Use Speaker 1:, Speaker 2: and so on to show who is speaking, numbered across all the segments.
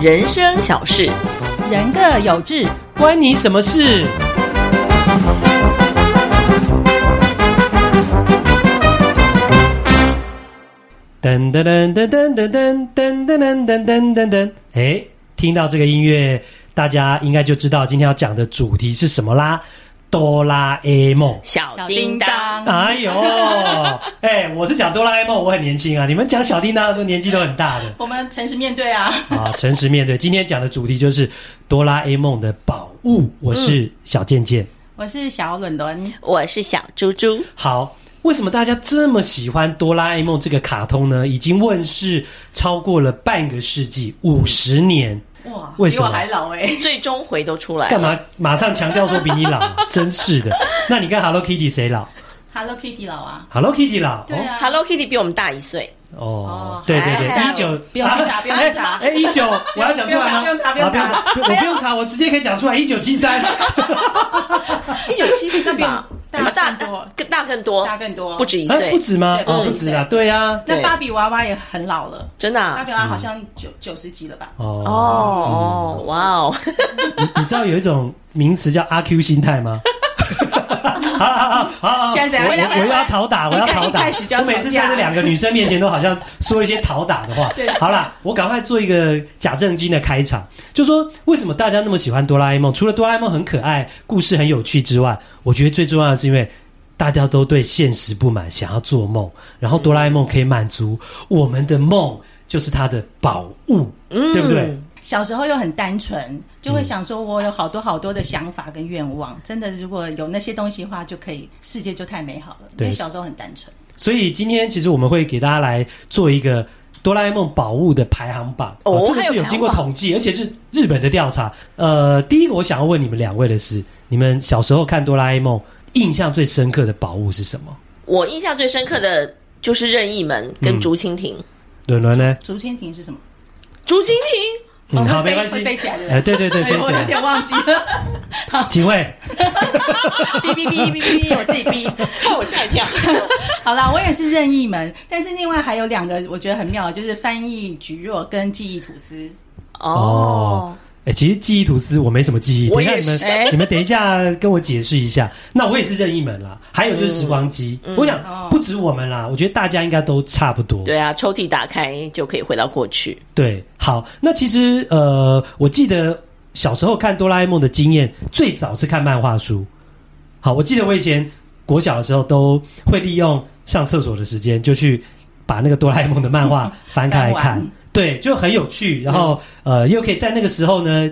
Speaker 1: 人生小事，
Speaker 2: 人各有志，
Speaker 3: 关你什么事？噔噔噔噔噔噔噔噔噔噔噔噔噔噔，哎，听到这个音乐，大家应该就知道今天要讲的主题是什么啦，哆啦 A 梦。
Speaker 1: 小叮当。
Speaker 3: 哎呦，哎、我是讲哆啦 A 梦，我很年轻啊，你们讲小叮当都年纪都很大的。
Speaker 2: 我们诚实面对啊。
Speaker 3: 啊，诚实面对。今天讲的主题就是哆啦 A 梦的宝物。我是小健健。
Speaker 2: 我是小伦伦，
Speaker 1: 我是小猪猪，
Speaker 3: 好，为什么大家这么喜欢哆啦 A 梦这个卡通呢？已经问世超过了半个世纪，五十年。
Speaker 2: 哇，
Speaker 3: 为
Speaker 2: 比
Speaker 3: 什么
Speaker 2: 我还老哎、
Speaker 1: 最终回都出来
Speaker 3: 干
Speaker 1: 了。
Speaker 3: 嘛马上强调说比你 老？真是的。那你跟 Hello Kitty 谁老
Speaker 2: Hello Kitty 老啊，
Speaker 3: ？Hello Kitty 老。
Speaker 2: 对啊
Speaker 1: Hello Kitty 比我们大一岁，
Speaker 3: 哦哦
Speaker 2: 哦，
Speaker 3: 对对对，
Speaker 1: 还
Speaker 3: 一九
Speaker 2: 不用去查，不用去查。
Speaker 3: 哎，一九，我要讲出来吗？
Speaker 2: 不用查不用查
Speaker 3: 啊不用查，我不用查，我直接可以讲出来，一九七三。
Speaker 1: 一九七四吧，
Speaker 2: 那比我们
Speaker 1: 大
Speaker 2: 大更多
Speaker 1: 大更多，
Speaker 2: 大更多
Speaker 1: 不止一
Speaker 3: 啊
Speaker 1: 岁
Speaker 3: 不，止吗？
Speaker 2: 对
Speaker 3: 哦，不
Speaker 2: 不止
Speaker 3: 止啦，对呀。
Speaker 1: 对
Speaker 2: 那芭比娃娃也很老了，
Speaker 1: 真的
Speaker 2: 芭
Speaker 1: 啊
Speaker 2: 比娃娃好像九九十几了吧？
Speaker 3: 哦
Speaker 1: 哦哦，哇哦，
Speaker 3: 你你知道有一种名词叫阿 Q 心态 吗？好好好好好，
Speaker 2: 现在怎样
Speaker 3: 我
Speaker 2: 回来
Speaker 3: 我
Speaker 2: 回来
Speaker 3: 我要讨打，我要讨打。
Speaker 2: 一开始就要
Speaker 3: 我每次
Speaker 2: 吵架
Speaker 3: 在这两个女生面前都好像说一些讨打的话
Speaker 2: 对。
Speaker 3: 好啦，我赶快做一个假正经的开场，就说为什么大家那么喜欢哆啦 A 梦？除了哆啦 A 梦很可爱、故事很有趣之外，我觉得最重要的是因为。大家都对现实不满，想要做梦，然后哆啦 A 梦可以满足我们的梦，就是它的宝物，
Speaker 1: 嗯
Speaker 3: 对不对？
Speaker 2: 小时候又很单纯，就
Speaker 3: 嗯
Speaker 2: 会想说，我有好多好多的想法跟愿望。真的，如果有那些东西的话，就可以世界就太美好了。因
Speaker 3: 对
Speaker 2: 为小时候很单纯，
Speaker 3: 所以今天其实我们会给大家来做一个哆啦 A 梦宝物的排行榜啊
Speaker 1: 哦
Speaker 3: 这个是有经过统计，而且是日本的调查。呃，第一个我想要问你们两位的是，你们小时候看哆啦 A 梦印象最深刻的宝物是什么？
Speaker 1: 我印象最深刻的就是任意门跟竹蜻蜓，
Speaker 3: 伦伦呢？
Speaker 2: 竹蜻蜓是什么？
Speaker 1: 竹蜻蜓。
Speaker 3: 嗯，
Speaker 2: 哦
Speaker 3: 好，没
Speaker 2: 会飞
Speaker 3: 关系
Speaker 2: 会。飞起来
Speaker 3: 哎，
Speaker 2: 的。
Speaker 3: 对对对，
Speaker 2: 哎
Speaker 3: 飞
Speaker 2: 我
Speaker 3: 起
Speaker 2: 有
Speaker 3: 来。
Speaker 2: 点忘记 了，
Speaker 3: 警卫，
Speaker 2: 哔哔哔哔哔哔，我自己哔。
Speaker 1: 害我吓一跳。
Speaker 2: 好啦，我也是任意门，但是另外还有两个我觉得很妙的，就是翻译菊若跟记忆吐司。
Speaker 1: 哦，
Speaker 3: 哎，其实记忆吐司我没什么记忆，
Speaker 1: 我
Speaker 3: 等一
Speaker 1: 也
Speaker 3: 下你们
Speaker 1: 是
Speaker 2: 哎
Speaker 3: 你们等一下跟我解释一下。那我也是任意门啦，还有就是时光机，我想
Speaker 2: 哦
Speaker 3: 不止我们啦，我觉得大家应该都差不多。
Speaker 1: 对啊，抽屉打开就可以回到过去。
Speaker 3: 对，好，那其实呃，我记得小时候看哆啦 A 梦的经验，最早是看漫画书。好，我记得我以前国小的时候都会利用上厕所的时间，就去把那个哆啦 A 梦的漫画翻开来
Speaker 2: 翻
Speaker 3: 看
Speaker 2: 完，
Speaker 3: 对，就很有趣。然后、呃，又可以在那个时候呢，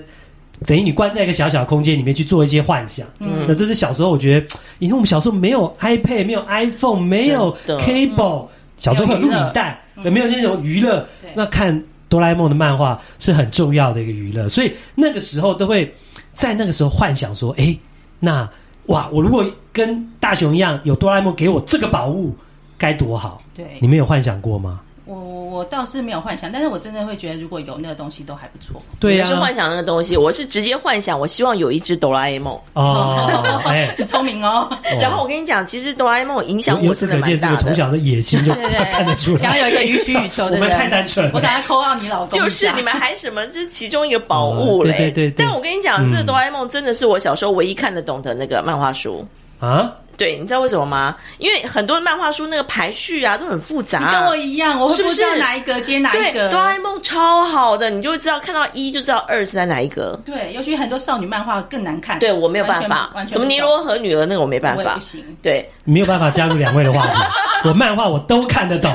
Speaker 3: 等于你关在一个小小的空间里面去做一些幻想。
Speaker 1: 嗯
Speaker 3: 那这是小时候，我觉得，以前我们小时候没有 iPad，没有 iPhone，没有
Speaker 1: 真的嗯
Speaker 3: cable，、小时候有录影带，有没有那种娱乐？
Speaker 2: 对
Speaker 3: 那看哆啦 A 梦的漫画是很重要的一个娱乐，所以那个时候都会在那个时候幻想说，哎、那哇，我如果跟大雄一样有哆啦 A 梦给我这个宝物，该多好！
Speaker 2: 对
Speaker 3: 你，们有幻想过吗？
Speaker 2: 我我我倒是没有幻想，但是我真的会觉得，如果有那个东西都还不错。
Speaker 3: 对
Speaker 1: 你
Speaker 3: 呀、
Speaker 1: 们是幻想那个东西，我是直接幻想，我希望有一只哆啦 A 梦。
Speaker 3: 哦，哎、
Speaker 2: 很聪 明哦，
Speaker 3: 哦
Speaker 1: 然后我跟你讲，其实哆啦 A 梦影响
Speaker 3: 由
Speaker 1: 我
Speaker 3: 此
Speaker 1: 真的
Speaker 3: 可
Speaker 1: 蛮
Speaker 3: 见，这
Speaker 1: 大
Speaker 3: 个从
Speaker 1: 的。
Speaker 3: 小的野心就
Speaker 2: 对对对，
Speaker 3: 看得出
Speaker 2: 想
Speaker 3: 来。
Speaker 2: 要有一个予取予求
Speaker 3: 我
Speaker 2: 的人，
Speaker 3: 们太单纯了
Speaker 2: 我赶快扣到你老公一 下，
Speaker 1: 就是你们还什么，就是其中一个宝物嘞、
Speaker 3: 哦对对对对
Speaker 1: 但我跟你讲，
Speaker 3: 嗯
Speaker 1: 这个哆啦 A 梦真的是我小时候唯一看得懂的那个漫画书。
Speaker 3: 啊，
Speaker 1: 对，你知道为什么吗？因为很多漫画书那个排序啊都很复杂。
Speaker 2: 你跟我一样，我会
Speaker 1: 是不
Speaker 2: 不
Speaker 1: 是
Speaker 2: 知道哪一格接哪一
Speaker 1: 对，
Speaker 2: 格。
Speaker 1: 哆啦 A 梦超好的，你就会知道看到一就知道二是在哪一格。
Speaker 2: 对，尤其很多少女漫画更难看。
Speaker 1: 对我没有
Speaker 2: 完
Speaker 1: 办
Speaker 2: 全
Speaker 1: 法，
Speaker 2: 完全
Speaker 1: 什么
Speaker 2: 不
Speaker 1: 尼
Speaker 2: 懂
Speaker 1: 罗河女儿那个我没办
Speaker 2: 我也
Speaker 1: 法
Speaker 2: 不。行。
Speaker 1: 对，
Speaker 3: 没有办法加入两位的话题。我漫画我都看得懂，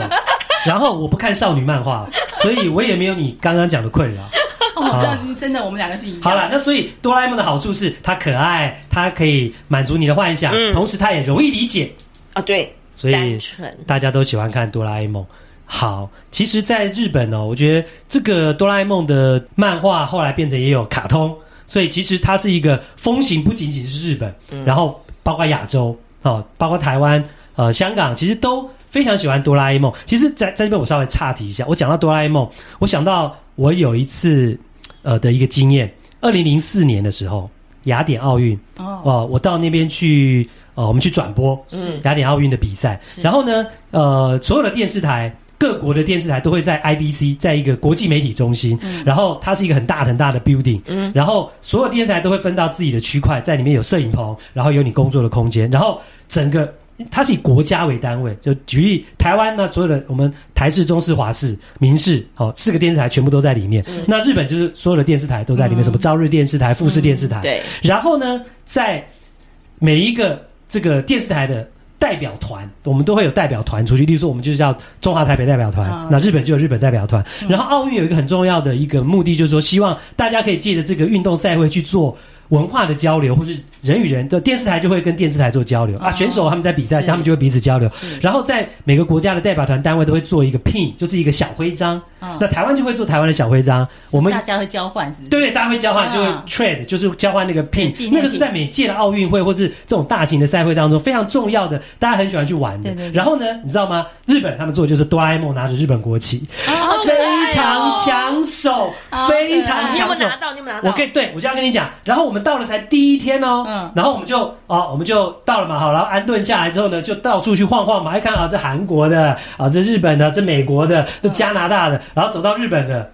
Speaker 3: 然后我不看少女漫画，所以我也没有你刚刚讲的困扰。
Speaker 2: 哦，
Speaker 3: 好
Speaker 2: 那真的我们两个是一样。
Speaker 3: 啊好了，，那所以哆啦 A 梦的好处是它可爱，它可以满足你的幻想，
Speaker 1: 嗯
Speaker 3: 同时它也容易理解，
Speaker 1: 啊对，
Speaker 3: 所以
Speaker 1: 单纯
Speaker 3: 大家都喜欢看哆啦 A 梦。好，其实，在日本哦，我觉得这个哆啦 A 梦的漫画后来变成也有卡通，所以其实它是一个风行，不仅仅是日本，然后包括亚洲哦，包括台湾、呃香港，其实都非常喜欢哆啦 A 梦。其实在，在这边我稍微岔题一下，我讲到哆啦 A 梦，我想到我有一次呃的一个经验，二零零四年的时候，雅典奥运
Speaker 2: 哦，
Speaker 3: 哦，我到那边去，呃，我们去转播
Speaker 1: 嗯
Speaker 3: 雅典奥运的比赛。
Speaker 2: 是
Speaker 3: 然后呢，呃，所有的电视台各国的电视台都会在 IBC，在一个国际媒体中心，然后它是一个很大很大的 building，
Speaker 1: 嗯
Speaker 3: 然后所有电视台都会分到自己的区块，在里面有摄影棚，然后有你工作的空间，然后整个。它是以国家为单位，就举例台湾呢，所有的我们台视、中视、华视、民视，哦，四个电视台全部都在里面。
Speaker 1: 嗯
Speaker 3: 那日本就是所有的电视台都在里面，
Speaker 2: 嗯
Speaker 3: 什么朝日电视台、富士电视台，
Speaker 1: 对，
Speaker 3: 然后呢，在每一个这个电视台的代表团，我们都会有代表团出去。例如说，我们就叫中华台北代表团
Speaker 2: 啊，嗯
Speaker 3: 那日本就有日本代表团。然后奥运有一个很重要的一个目的，就是说希望大家可以借着这个运动赛会去做。文化的交流，或是人与人的电视台就会跟电视台做交流啊，
Speaker 2: 哦
Speaker 3: 选手他们在比赛，
Speaker 2: 是
Speaker 3: 他们就会彼此交流
Speaker 2: 是。
Speaker 3: 然后在每个国家的代表团单位都会做一个 pin，就是一个小徽章。
Speaker 2: 嗯
Speaker 3: 那台湾就会做台湾的小徽章，我们
Speaker 2: 哦大家会交换，是不是？
Speaker 3: 对对，大家会交换，
Speaker 2: 啊
Speaker 3: 就会 trade，就是交换那个
Speaker 2: 纪
Speaker 3: pin，
Speaker 2: 念品
Speaker 3: 那个是在每届的奥运会或是这种大型的赛会当中非常重要的，大家很喜欢去玩的
Speaker 2: 对对。对
Speaker 3: 然后呢，你知道吗？日本他们做的就是哆啦 A 梦拿着日本国旗，
Speaker 2: 啊，
Speaker 3: 非常抢手
Speaker 2: 哦，
Speaker 3: 非常
Speaker 1: 你有没
Speaker 3: 抢
Speaker 1: 有
Speaker 3: 手
Speaker 1: 拿。到？你有没有拿到？
Speaker 3: 我跟对我就要跟你讲，然后我们到了才第一天哦，
Speaker 2: 嗯
Speaker 3: 然后我们就哦，我们就到了嘛，好，然后安顿下来之后呢，就到处去晃晃嘛，一看啊，这韩国的啊，这日本的，这美国的，这加拿大的，然后走到日本的，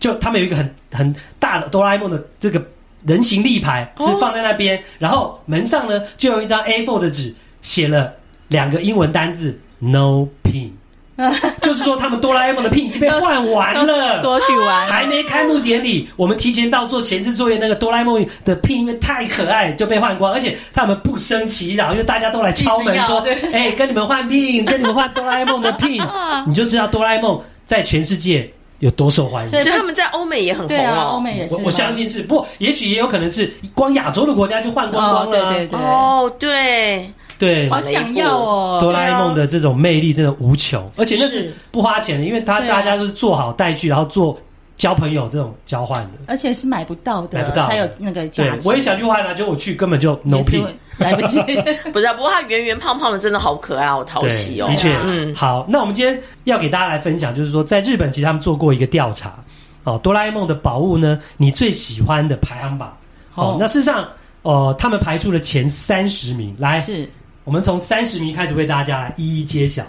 Speaker 3: 就他们有一个很很大的哆啦 A 梦的这个人形立牌是
Speaker 1: 哦
Speaker 3: 放在那边，然后门上呢就有一张 A4 的纸写了两个英文单字 No Pin，就是说他们哆啦 A 梦的 Pin 已经被换完
Speaker 2: 都
Speaker 3: 了
Speaker 2: 是。说去玩，
Speaker 3: 还没开幕典礼，我们提前到做前置作业。那个哆啦 A 梦的拼因为太可爱，就被换光，而且他们不生其扰，因为大家都来敲门说
Speaker 2: 一直要对：“
Speaker 3: 哎、跟你们换拼，跟你们换哆啦 A 梦的拼。” 你就知道哆啦 A 梦在全世界有多受欢 迎
Speaker 2: 所。
Speaker 1: 所以他们在欧美也很红
Speaker 2: 对啊，
Speaker 1: 哦。
Speaker 2: 欧美也是
Speaker 3: 我
Speaker 2: 嘛，
Speaker 3: 我相信是，不过也许也有可能是光亚洲的国家就换光
Speaker 2: 哦，
Speaker 3: 光了啊、
Speaker 2: 对对对，
Speaker 1: 哦，对，
Speaker 3: 对
Speaker 2: 好想要
Speaker 3: 哆
Speaker 2: 哦，
Speaker 3: 啦 A 梦的这种魅力真的无穷，而且那是不花钱的，因为他
Speaker 2: 对啊
Speaker 3: 大家都是做好带去，然后做交朋友这种交换的。
Speaker 2: 而且是买不到的，
Speaker 3: 买不到
Speaker 2: 才有那个价
Speaker 3: 对，
Speaker 2: 值。
Speaker 3: 我也想去换啊，结果我去根本就 no
Speaker 2: 也是
Speaker 3: p
Speaker 2: 会来 不及。
Speaker 1: 不是啊，不过它圆圆胖胖的，真的好可爱，好讨
Speaker 3: 对，
Speaker 1: 喜哦。
Speaker 3: 的确，
Speaker 1: 嗯，
Speaker 3: 好，那我们今天要给大家来分享，就是说，在日本其实他们做过一个调查，哦，哆啦 A 梦的宝物呢，你最喜欢的排行榜，哦，那事实上，呃，他们排出了前三十名，来，
Speaker 2: 是
Speaker 3: 我们从三十名开始为大家来一一揭晓。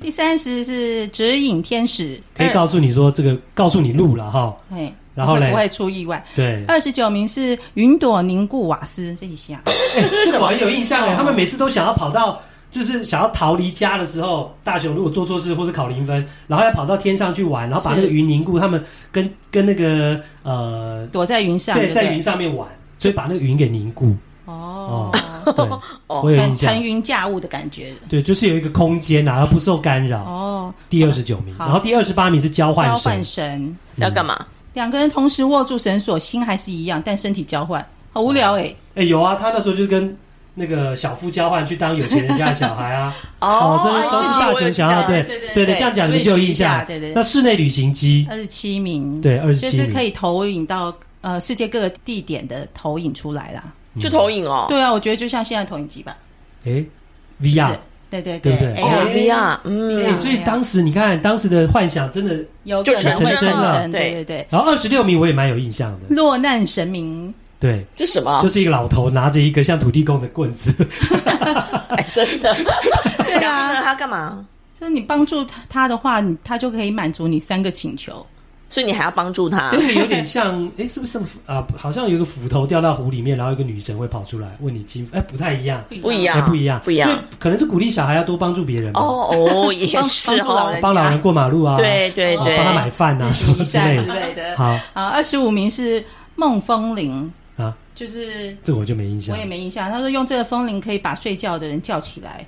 Speaker 2: 第三十是指引天使，
Speaker 3: 可以告诉你说，这个告诉你路了哈，
Speaker 2: 哎，
Speaker 3: 然后嘞
Speaker 2: 不会出意外。
Speaker 3: 对，
Speaker 2: 二十九名是云朵凝固瓦斯这一项，
Speaker 3: 哎，这我很有印象哎，他们每次都想要跑到，就是想要逃离家的时候，大雄如果做错事或是考零分，然后要跑到天上去玩，然后把那个云凝固，他们跟跟那个呃，
Speaker 2: 躲在云上，
Speaker 3: 对，
Speaker 2: 不
Speaker 3: 在云上面玩，所以把那个云给凝固。
Speaker 2: 哦，
Speaker 3: 对，
Speaker 1: 哦
Speaker 3: 我有
Speaker 2: 腾
Speaker 3: 印象
Speaker 2: 腾。云驾雾的感觉。
Speaker 3: 对，就是有一个空间啊，而不受干扰。
Speaker 2: 哦，
Speaker 3: 第二十九名，
Speaker 2: 好
Speaker 3: 然后第二十八名是交换
Speaker 2: 交
Speaker 3: 神
Speaker 2: 换，哦神，
Speaker 1: 要干嘛？
Speaker 2: 两个人同时握住绳索，心还是一样，但身体交换，好无聊哎。
Speaker 3: 哎，有啊，他那时候就是跟。那个小夫交换去当有钱人家的小孩啊，哦，这是都是大雄想要
Speaker 1: 哎
Speaker 3: 对
Speaker 2: 对对
Speaker 3: 对对，
Speaker 2: 对
Speaker 3: 这样讲你们就有印象。
Speaker 2: 对对对
Speaker 3: 那室内旅行机，
Speaker 2: 二十七名，
Speaker 3: 对，二十
Speaker 2: 就
Speaker 3: 七
Speaker 2: 是
Speaker 3: 名
Speaker 2: 可。以投影到呃世界各个地点的投影出来啦。
Speaker 1: 就投影哦。
Speaker 2: 对啊，我觉得就像现在投影机吧，
Speaker 3: 哎，VR，
Speaker 2: 是对对
Speaker 3: 对不对
Speaker 2: 哎呀
Speaker 1: 哦
Speaker 3: 哎
Speaker 1: ，VR，
Speaker 3: 哎，
Speaker 1: 嗯，
Speaker 3: 所以当时你看，当时的幻想真的，
Speaker 2: 有
Speaker 1: 就
Speaker 2: 可能
Speaker 1: 成
Speaker 2: 会
Speaker 3: 真
Speaker 2: 成
Speaker 3: 了
Speaker 2: 真，
Speaker 1: 对
Speaker 2: 对对对。
Speaker 3: 然后二十六名我也蛮有印象的，
Speaker 2: 落难神明，
Speaker 3: 对，
Speaker 1: 这什么
Speaker 3: 就？是一个老头拿着一个像土地公的棍子，
Speaker 1: 哎，真的。对
Speaker 2: 啊
Speaker 1: 他干嘛？
Speaker 2: 就是你帮助他他的话，你他就可以满足你三个请求。
Speaker 1: 所以你还要帮助他
Speaker 3: 这个有点像，哎，是不是什么啊？好像有一个斧头掉到湖里面，然后一个女神会跑出来问你金，哎，不太一样，
Speaker 1: 不一样
Speaker 3: 哎，不一样，
Speaker 1: 不一样
Speaker 3: 所以可能是鼓励小孩要多帮助别人吧，
Speaker 1: 哦哦，也
Speaker 2: 帮
Speaker 1: 是
Speaker 2: 帮助老
Speaker 1: 哦
Speaker 2: 人，
Speaker 3: 帮老人过马路啊，
Speaker 1: 对对
Speaker 3: 哦，
Speaker 1: 对，
Speaker 3: 帮他买饭啊
Speaker 2: 日
Speaker 3: 什
Speaker 2: 行
Speaker 3: 么
Speaker 2: 一
Speaker 3: 之
Speaker 2: 善
Speaker 3: 类
Speaker 2: 之
Speaker 3: 的。
Speaker 2: 类的。
Speaker 3: 好
Speaker 2: 啊，二十五名是梦风铃，
Speaker 3: 啊，
Speaker 2: 就是
Speaker 3: 这个我就没印象
Speaker 2: 我也，没印象。他说用这个风铃可以把睡觉的人叫起来，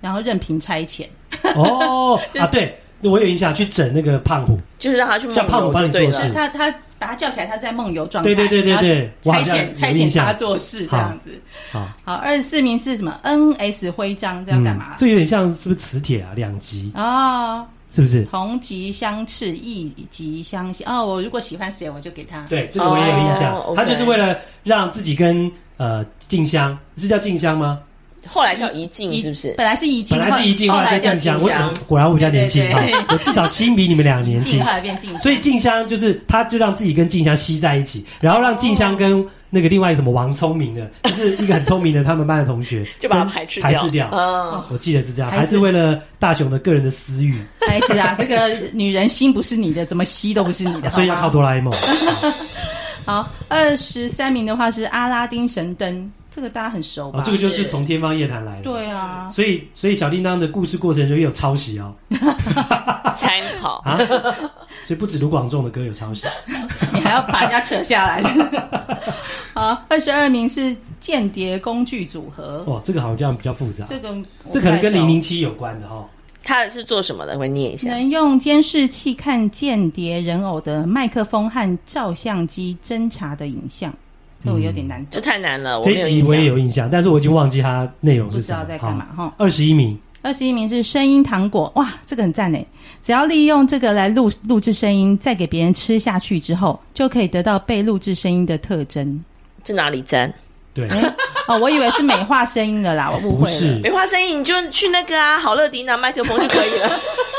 Speaker 2: 然后任凭差遣。
Speaker 3: 哦啊，对，我有印象，去整那个胖虎，
Speaker 1: 就是让他去
Speaker 3: 像
Speaker 1: 梦
Speaker 3: 胖虎
Speaker 1: 游
Speaker 3: 帮你
Speaker 1: 就
Speaker 3: 做
Speaker 1: 对
Speaker 3: 事
Speaker 1: 了。
Speaker 2: 呃他他把他叫起来，他是在梦游状态，
Speaker 3: 对对对对对，我
Speaker 2: 然
Speaker 3: 好
Speaker 2: 后
Speaker 3: 像
Speaker 2: 差遣差
Speaker 3: 有印
Speaker 2: 遣
Speaker 3: 象
Speaker 2: 他。做事这样子。
Speaker 3: 好。
Speaker 2: 好，二十四名是什么？NS 徽章，这要干嘛
Speaker 3: 嗯？这有点像是不是磁铁啊？两极
Speaker 2: 哦，
Speaker 3: 是不是？
Speaker 2: 同极相斥，异极相吸。哦，我如果喜欢谁，我就给他。
Speaker 3: 对，这个我也有印象。
Speaker 1: 哦，OK
Speaker 3: 他就是为了让自己跟呃静香是叫静香吗？
Speaker 1: 后来叫一静，是不是？
Speaker 2: 本来是一静，
Speaker 3: 本来是一静，
Speaker 2: 后
Speaker 3: 后
Speaker 2: 来哦
Speaker 3: 来叫
Speaker 2: 叫
Speaker 3: 静香。啊我呃
Speaker 1: 静香，
Speaker 3: 果然我比较年轻
Speaker 2: 对
Speaker 3: 啊
Speaker 2: 对对，
Speaker 3: 我至少心比你们俩年
Speaker 2: 静
Speaker 3: 轻
Speaker 2: 后。来变静，
Speaker 3: 所以静香就是，他就让自己跟静香吸在一起，然后让静香跟那个另外一个什么王聪明的，就是一个很聪明的他们班的同 学
Speaker 1: 就把它排斥掉，
Speaker 3: 排斥掉。
Speaker 1: 嗯，
Speaker 3: 我记得是这样，
Speaker 2: 还是
Speaker 3: 还是为了大雄的个人的私欲，
Speaker 2: 孩子 啊，这个女人心不是你的，怎么吸都不是你的，
Speaker 3: 所以要
Speaker 2: 好吗
Speaker 3: 靠哆啦 A 梦。
Speaker 2: 好，二十三名的话是阿拉丁神灯，这个大家很熟吧？
Speaker 3: 哦，这个就是从天方夜谭来的。
Speaker 2: 对啊，
Speaker 3: 所以，所以小叮当的故事过程中也有抄袭 哦，
Speaker 1: 参考。
Speaker 3: 啊，所以不止卢广仲的歌有抄袭，
Speaker 2: 你还要把人家扯 下来。好，二十二名是间谍工具组合，
Speaker 3: 哦，这个好像比较复杂，
Speaker 2: 这个我
Speaker 3: 这可能跟
Speaker 2: 不太熟
Speaker 3: 零零七有关啊的哦。
Speaker 1: 他是做什么的？我念一下。
Speaker 2: 能用监视器看间谍人偶的麦克风和照相机侦查的影像，这我有点难
Speaker 1: 这
Speaker 2: 懂，
Speaker 1: 太难了，我
Speaker 3: 嗯这
Speaker 1: 没
Speaker 3: 一
Speaker 1: 有
Speaker 3: 集
Speaker 1: 印
Speaker 3: 我也
Speaker 1: 象。
Speaker 3: 有印象，但是我已经忘记它内容
Speaker 2: 不
Speaker 3: 是
Speaker 2: 知
Speaker 3: 什
Speaker 2: 道
Speaker 3: 么。
Speaker 2: 在干嘛哈。
Speaker 3: 二十一名，
Speaker 2: 二十一名是声音糖果，哇，这个很赞诶！只要利用这个来录录制声音，再给别人吃下去之后，就可以得到被录制声音的特征。
Speaker 1: 这哪里沾？
Speaker 3: 对，
Speaker 2: 哦，我以为是美化声音的啦，我误
Speaker 3: 不
Speaker 2: 会 了。哎
Speaker 3: 是
Speaker 1: 梅花生意你就去那个啊，好乐迪拿麦克风就可以 了。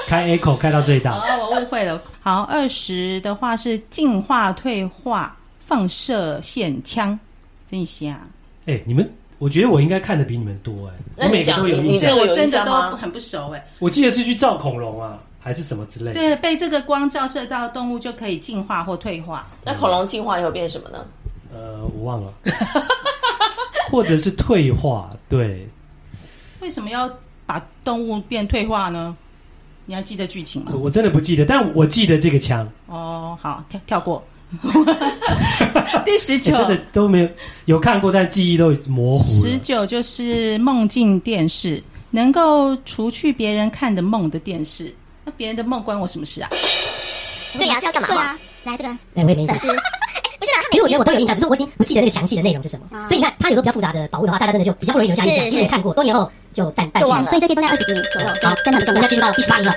Speaker 3: 开 echo 开到最
Speaker 2: 哦
Speaker 3: 大，，
Speaker 2: 我误会了。好，二十的话是进化、退化、放射线枪，这一些啊，
Speaker 3: 哎，你们，我觉得我应该看的比你们多哎，
Speaker 1: 那
Speaker 3: 我
Speaker 1: 你
Speaker 3: 每个
Speaker 1: 讲
Speaker 3: 都有
Speaker 1: 你
Speaker 3: 印
Speaker 1: 你这
Speaker 3: 象
Speaker 1: 个，
Speaker 2: 我
Speaker 1: 有
Speaker 2: 真
Speaker 1: 印
Speaker 2: 的
Speaker 1: 象
Speaker 2: 都
Speaker 1: 吗
Speaker 2: 很不熟哎。
Speaker 3: 我记得是去照恐龙啊，还是什么之类的。
Speaker 2: 对，被这个光照射到动物就可以进化或退化。
Speaker 1: 那恐龙进化以后变什么呢？
Speaker 3: 呃，我忘了， 或者是退化，对，
Speaker 2: 为什么要把动物变退化呢？你还记得剧情吗？
Speaker 1: 嗯
Speaker 3: 我真的不记得，但我记得这个枪，
Speaker 2: 哦，好，跳跳过。 第十
Speaker 3: 我
Speaker 1: 哎
Speaker 2: 九，
Speaker 3: 真的都没有有看过，但记忆都模糊
Speaker 2: 十
Speaker 3: 了。
Speaker 2: 九就是梦境电视，能够除去别人看的梦的电视。那别人的梦关我什么事啊？
Speaker 4: 对呀、是要干嘛？
Speaker 5: 对啊，来这个，
Speaker 6: 哎，我也没印象。
Speaker 5: 是不是啊？
Speaker 6: 可是我觉得我都有印象，只是我已经不记得那个详细的内容是什么。
Speaker 5: 啊
Speaker 6: 所以你看，它有时候比较复杂的宝物的话，大家真的就比较不容易留下印象。
Speaker 5: 是
Speaker 6: 即使
Speaker 5: 是
Speaker 6: 看过，多年后就淡淡
Speaker 5: 就
Speaker 6: 去
Speaker 5: 忘了，所
Speaker 6: 所
Speaker 5: 以
Speaker 6: 以
Speaker 5: 这些都在二十几名左右，
Speaker 6: 好
Speaker 5: 就，跟他们
Speaker 6: 我
Speaker 5: 重
Speaker 6: 们
Speaker 5: 要
Speaker 6: 要。进入到第十八名了。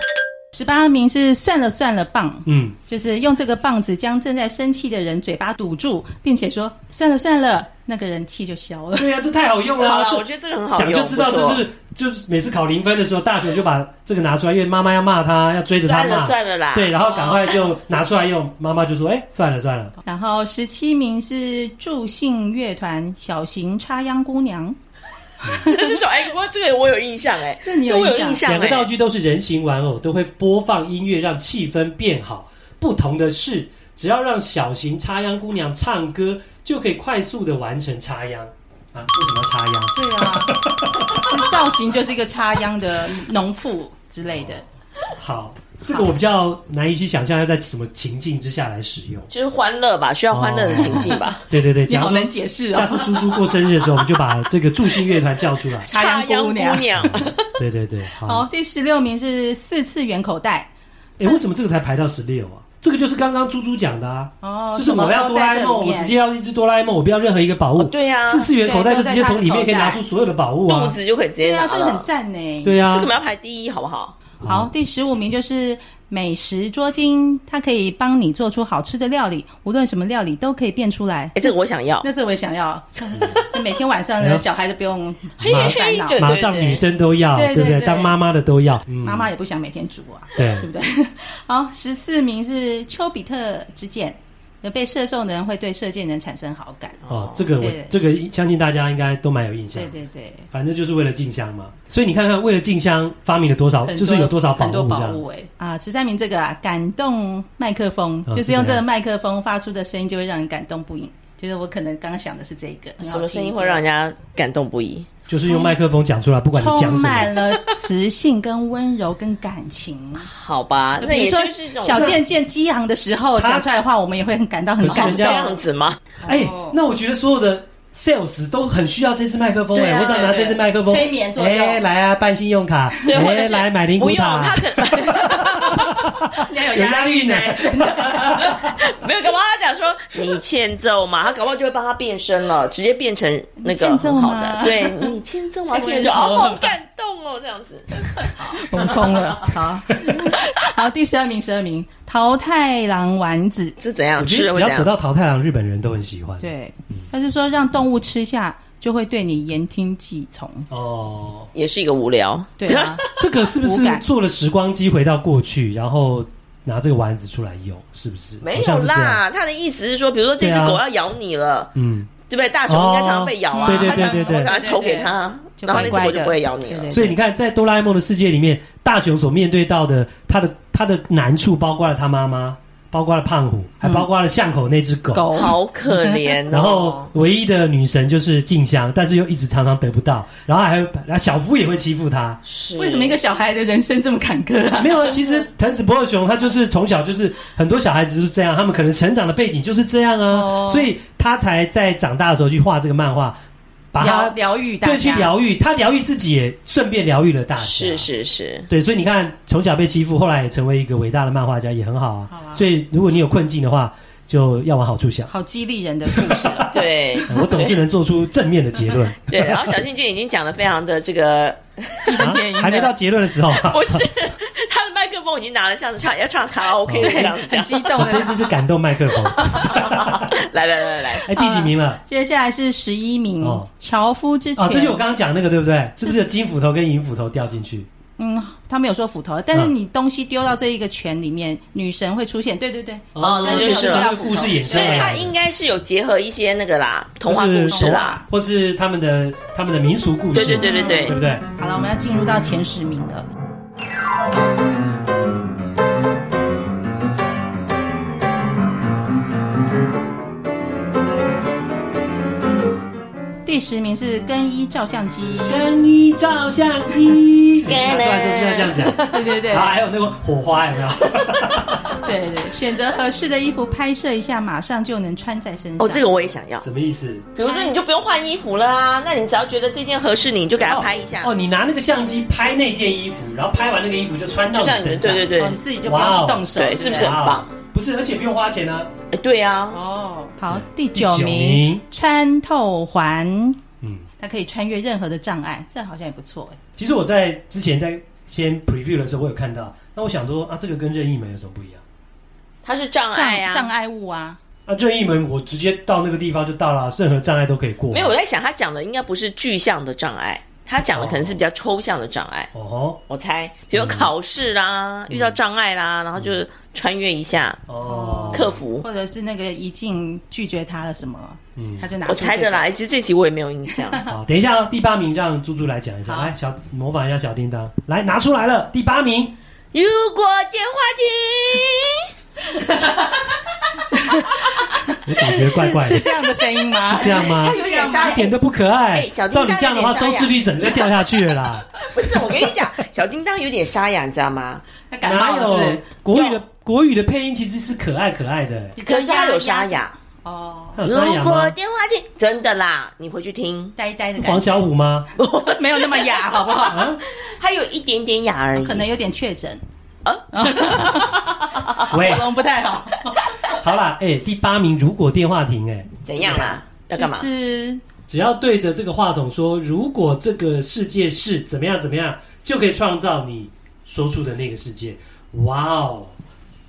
Speaker 2: 十八名是算了算了棒，
Speaker 3: 嗯，
Speaker 2: 就是用这个棒子将正在生气的人嘴巴堵住，并且说算了算了，那个人气就消了。
Speaker 3: 对呀、这太好用了
Speaker 1: 好
Speaker 3: 啊，
Speaker 1: 了，我觉
Speaker 3: 这
Speaker 1: 得这个很好
Speaker 3: 想
Speaker 1: 用，
Speaker 3: 就知道
Speaker 1: 不错
Speaker 3: 这是就是每次考零分的时候，大雄就把这个拿出来，因为妈妈要骂他，要追着他
Speaker 1: 算了
Speaker 3: 骂，
Speaker 1: 算了啦。
Speaker 3: 对，然后赶快就拿出来用，妈妈就说：“哎、算了算了。
Speaker 2: 然后十七名是助兴乐团小型插秧姑娘，
Speaker 1: 这是什么？哎，不过这个我有印象哎，
Speaker 2: 这你有
Speaker 1: 我有
Speaker 2: 印象
Speaker 1: 印”象
Speaker 3: 两个道
Speaker 1: 哎。
Speaker 3: 具都是人形玩偶，都会播放音乐让气氛变好。不同的是，只要让小型插秧姑娘唱歌，就可以快速的完成插秧啊！为什么要插秧？
Speaker 2: 对啊， 这造型就是一个插秧的农妇之类的。
Speaker 3: 好，这个我比较难以去想象要在什么情境之下来使用。哦
Speaker 1: 就是欢乐吧，需要欢乐的情境 吧。
Speaker 3: 对对对，
Speaker 2: 你
Speaker 3: 假
Speaker 2: 好
Speaker 3: 如说
Speaker 2: 难解释
Speaker 3: 下
Speaker 2: 哦。
Speaker 3: 次猪猪过生日的时候，我们就把这个助兴乐团叫 出来。
Speaker 2: 插秧姑娘
Speaker 1: 插秧姑娘
Speaker 3: 对对对，
Speaker 2: 好，
Speaker 3: 好。
Speaker 2: 第十六名是四次元口袋
Speaker 3: 哎、为什么这个才排到十六啊？这个就是刚刚猪猪讲的啊。
Speaker 2: 哦，
Speaker 3: 就是我要
Speaker 2: 什么都
Speaker 3: 哆啦
Speaker 2: 在
Speaker 3: A
Speaker 2: 这
Speaker 3: 梦，
Speaker 2: 里
Speaker 3: 我直
Speaker 2: 面。
Speaker 3: 接要一只哆啦 A 梦，我不要任何一个宝物。
Speaker 1: 哦对呀
Speaker 3: 四次元口袋就直接从里面可以拿出所有的宝物
Speaker 1: 肚
Speaker 3: 啊。
Speaker 1: 子就可以直接
Speaker 2: 对啊
Speaker 1: 拿，
Speaker 2: 这个
Speaker 1: 了
Speaker 2: 很。赞呢。
Speaker 3: 对啊
Speaker 1: 这个我，们要排第一，好不好？
Speaker 2: 好，第十五名就是美食捉金，它可以帮你做出好吃的料理，无论什么料理都可以变出来。
Speaker 1: 哎，这个我想要。
Speaker 2: 那这我也想要，这每天晚上
Speaker 3: 哎呦
Speaker 2: 呢，小孩都不用
Speaker 1: 嘿
Speaker 3: 麻
Speaker 1: 嘿，
Speaker 2: 烦恼
Speaker 1: 对
Speaker 3: 马上女。生都要，
Speaker 2: 对
Speaker 3: 对
Speaker 2: 对
Speaker 3: 不对？
Speaker 2: 对
Speaker 3: 当妈妈的都要。嗯
Speaker 2: 妈妈也不想每天煮啊，
Speaker 3: 对
Speaker 2: 对不对？ 好，十四名是丘比特之箭，那被射中的人会对射箭人产生好感。
Speaker 3: 哦，这个我
Speaker 2: 对
Speaker 3: 这个相信大家应该都蛮有印象
Speaker 2: 对。对对，
Speaker 3: 反正就是为了静香嘛，所以你看看，为了静香发明了多少，
Speaker 2: 很
Speaker 3: 就是有多少宝
Speaker 2: 很多
Speaker 3: 物这
Speaker 2: 宝
Speaker 3: 样
Speaker 2: 物。哎、啊！十三名这个啊，感动麦克风，
Speaker 3: 哦
Speaker 2: 就是用
Speaker 3: 是这
Speaker 2: 这
Speaker 3: 样
Speaker 2: 个麦克风发出的声音，就会让人感动不已。就是我可能刚刚想的是这个，很好
Speaker 1: 什么声音
Speaker 2: 听
Speaker 1: 会让人家感动不已？
Speaker 3: 就是用麦克风讲出来，不管你讲什
Speaker 2: 充
Speaker 3: 么，
Speaker 2: 满了磁性、跟温柔、跟感 情？
Speaker 1: 好吧，啊那
Speaker 2: 比
Speaker 1: 也
Speaker 2: 如
Speaker 1: 就
Speaker 2: 说
Speaker 1: 是一种
Speaker 2: 小健健激昂的时候
Speaker 3: 他
Speaker 2: 讲出来的话，我们也会很感到很
Speaker 3: 可是
Speaker 2: 感
Speaker 3: 人
Speaker 1: 这
Speaker 3: 家
Speaker 2: 动。
Speaker 1: 样子吗？
Speaker 3: 哎、
Speaker 2: 哦
Speaker 3: 那我觉得所有的 sales 都很需要这支麦克风哎、
Speaker 1: 对啊
Speaker 3: 我想拿这支麦克风
Speaker 2: 催眠作
Speaker 3: 哎、
Speaker 2: 用
Speaker 3: 来啊，办信用卡，
Speaker 1: 对，
Speaker 3: 哎、
Speaker 1: 或者是
Speaker 3: 来买灵
Speaker 1: 不
Speaker 3: 骨
Speaker 1: 用，他
Speaker 3: 塔，
Speaker 1: 可
Speaker 3: 有押韵 呢、
Speaker 1: 没有，搞不好他讲说你欠揍嘛，他搞不好就会帮他变身了，直接变成那个
Speaker 2: 你欠揍
Speaker 1: 很
Speaker 2: 吗哎
Speaker 1: 好的， 对你欠揍嘛，听人就哦好感动哦，这样子。
Speaker 2: 我们疯 了，好，好，第十二名，十二名，桃太郎丸子，
Speaker 1: 是怎样
Speaker 3: 我觉
Speaker 1: 吃
Speaker 3: 得
Speaker 1: 了
Speaker 3: 只
Speaker 1: 会
Speaker 3: 要
Speaker 1: 怎
Speaker 3: 扯
Speaker 1: 样？
Speaker 3: 到桃太郎，日本人都很喜欢。
Speaker 2: 对，他是说让动物吃下就会对你言听计从，
Speaker 3: 哦，
Speaker 1: 也是一个无聊，
Speaker 2: 对啊，
Speaker 3: 这个是不是
Speaker 2: 无感
Speaker 3: 做了时光机回到过去，然后拿这个丸子出来用？是不是？
Speaker 1: 没
Speaker 3: 好
Speaker 1: 有
Speaker 3: 像是这样。
Speaker 1: 啦，他的意思是说，比如说这只
Speaker 3: 对啊
Speaker 1: 狗要咬你了，
Speaker 3: 嗯，
Speaker 1: 对不对？大熊应该常常被咬啊，
Speaker 3: 哦对对对对对
Speaker 1: 他赶快投给他，
Speaker 2: 就
Speaker 1: 然后那只狗
Speaker 2: 乖乖
Speaker 1: 就
Speaker 2: 的
Speaker 1: 不会咬你了。
Speaker 2: 对对
Speaker 3: 所以你看，在哆啦 A 梦的世界里面，大雄所面对到的他的他的难处，包括了他妈妈，包括了胖虎，还包括了巷口那只狗。
Speaker 2: 嗯狗
Speaker 1: 好可怜哦。
Speaker 3: 然后唯一的女神就是静香，但是又一直常常得不到。然后还有然后小夫也会欺负她。
Speaker 1: 是
Speaker 2: 为什么一个小孩的人生这么坎坷 啊？
Speaker 3: 没有，啊，其实藤子不二雄他就是从小就是很多小孩子就是这样，他们可能成长的背景就是这样啊，
Speaker 2: 哦
Speaker 3: 所以他才在长大的时候去画这个漫画，把
Speaker 2: 疗
Speaker 3: 他
Speaker 2: 疗愈大家，
Speaker 3: 对去疗愈，他疗愈自己，也顺便疗愈了大家。
Speaker 1: 是是是，
Speaker 3: 对，所以你看，从小被欺负，后来也成为一个伟大的漫画家，也很好啊。
Speaker 2: 好啊
Speaker 3: 所以如果你有困境的话，就要往好处想。，
Speaker 2: 好激励人的故 事。
Speaker 1: 对
Speaker 3: 我总是能做出正面的结论，
Speaker 1: 对。然后小静姐已经讲的非常的这个，
Speaker 3: 啊
Speaker 2: 天一的
Speaker 3: 还没到结论的时候、 啊。
Speaker 1: 不是 她的麦克风已经拿了，像是唱要唱卡拉 OK 这
Speaker 2: 哦对
Speaker 1: 样，
Speaker 2: 很
Speaker 1: 讲。
Speaker 2: 激动
Speaker 3: 我
Speaker 2: 啊
Speaker 3: 啊这次
Speaker 2: 的。
Speaker 3: 是感动麦克 风。
Speaker 1: 来来来来 来，
Speaker 3: 哎，第几名了？
Speaker 2: 接下来是十一名
Speaker 3: 哦
Speaker 2: 樵夫之犬
Speaker 3: 哦，，这就我刚刚讲那个，对不对？是不是有金斧头跟银斧头掉进去？
Speaker 2: 嗯，他没有说斧头，但是
Speaker 3: 嗯
Speaker 2: 你东西丢到这一个圈里面，女神会出现。对对对，
Speaker 1: 哦那就是
Speaker 3: 这个故事衍生
Speaker 1: 所以
Speaker 3: 而来的。
Speaker 1: 它应该是有结合一些那个啦，童话故事啦，，
Speaker 3: 或是他们的他们的民俗故事，
Speaker 1: 对对对对
Speaker 3: 对不
Speaker 1: 对，
Speaker 3: 对？
Speaker 2: 好了，我们要进入到前十名了。第十名是更衣照相机，
Speaker 3: 更衣照相机，出来就是要这样讲。
Speaker 2: 对对对
Speaker 3: 然后还有那个火花有没有？
Speaker 2: 对对对，选择合适的衣服拍摄一下，马上就能穿在身上。
Speaker 1: 哦，这个我也想要。
Speaker 3: 什么意思？
Speaker 1: 比如说，你就不用换衣服了啊，那你只要觉得这件合适你，你就给它拍一下，
Speaker 3: 哦，你拿那个相机拍那件衣服，然后拍完那个衣服就穿到
Speaker 1: 就
Speaker 3: 你
Speaker 1: 这样你
Speaker 3: 身
Speaker 1: 们
Speaker 3: 上。
Speaker 1: 对对对
Speaker 2: 哦，你自己就不要去动手，
Speaker 1: 对
Speaker 2: 不
Speaker 1: 是不是很
Speaker 3: 哇哦
Speaker 1: 棒？
Speaker 3: 不是，而且不用花钱啊。
Speaker 1: 哎对啊，
Speaker 2: 哦，好，
Speaker 3: 对
Speaker 2: 第九
Speaker 3: 第九名
Speaker 2: 名穿透环，
Speaker 3: 嗯，
Speaker 2: 它可以穿越任何的障碍，这好像也不错哎。
Speaker 3: 其实我在之前在先 preview 的时候，我有看到，那我想说啊，这个跟任意门有什么不一样？
Speaker 1: 它是障
Speaker 2: 障
Speaker 1: 碍啊，
Speaker 2: 障碍物啊，
Speaker 3: 啊，任意门我直接到那个地方就到了，任何障碍都可以过。
Speaker 1: 没有，我在想他讲的应该不是具象的障碍，他讲的可能是比较抽象的障碍。
Speaker 3: 哦吼
Speaker 1: 我猜，比如考试啦，遇到障碍啦，然后就穿越一下，
Speaker 3: 哦，
Speaker 1: 克服。
Speaker 2: 或者是那个一静拒绝他了什么，
Speaker 3: 嗯
Speaker 2: 他就拿出
Speaker 1: 我猜
Speaker 2: 这
Speaker 1: 的
Speaker 2: 个
Speaker 1: 啦，其实这集我也没有印象。
Speaker 3: 好，等一下、哦，第八名让猪猪来讲一下，
Speaker 2: 好
Speaker 3: 来小模仿一下小叮当，来拿出来了，第 八名，
Speaker 1: 如果电话
Speaker 3: 我感觉怪怪的，
Speaker 2: 是这样的声 音吗？
Speaker 3: 这样吗？
Speaker 1: 有点沙
Speaker 3: 一点都不可爱。
Speaker 1: 哎小叮
Speaker 3: 照
Speaker 1: 当
Speaker 3: 你这样的话，
Speaker 1: 有
Speaker 3: 收
Speaker 1: 点沙哑
Speaker 3: 视率整个掉下去 了啦。
Speaker 1: 亭，不是我跟你 讲，小叮当有点沙哑，你知道吗？
Speaker 2: 他感
Speaker 3: 哪
Speaker 2: 冒了是不
Speaker 3: 有
Speaker 2: 是？
Speaker 3: 国语的国语的配音其实是可爱可爱的，
Speaker 2: 比较啊
Speaker 1: 可是他有沙哑，
Speaker 2: 哦，
Speaker 3: 他有沙哑吗？
Speaker 1: 电话亭真的啦，你回去 听，
Speaker 2: 呆呆的感
Speaker 3: 黄
Speaker 2: 觉，
Speaker 3: 小琥吗？
Speaker 2: 没有那么 哑，好不好？
Speaker 3: 啊，
Speaker 1: 他有一点点哑而已。
Speaker 2: 可能有点确诊，
Speaker 3: 喂
Speaker 1: 啊
Speaker 2: 喉，咙不太好。
Speaker 3: 好啦，哎、第八名如果电话亭、哎，
Speaker 1: 怎样啦？ 要干嘛
Speaker 2: 就？是
Speaker 3: 只要对着这个话筒说，如果这个世界是怎么样怎么样，就可以创造你说出的那个世界。哇哦，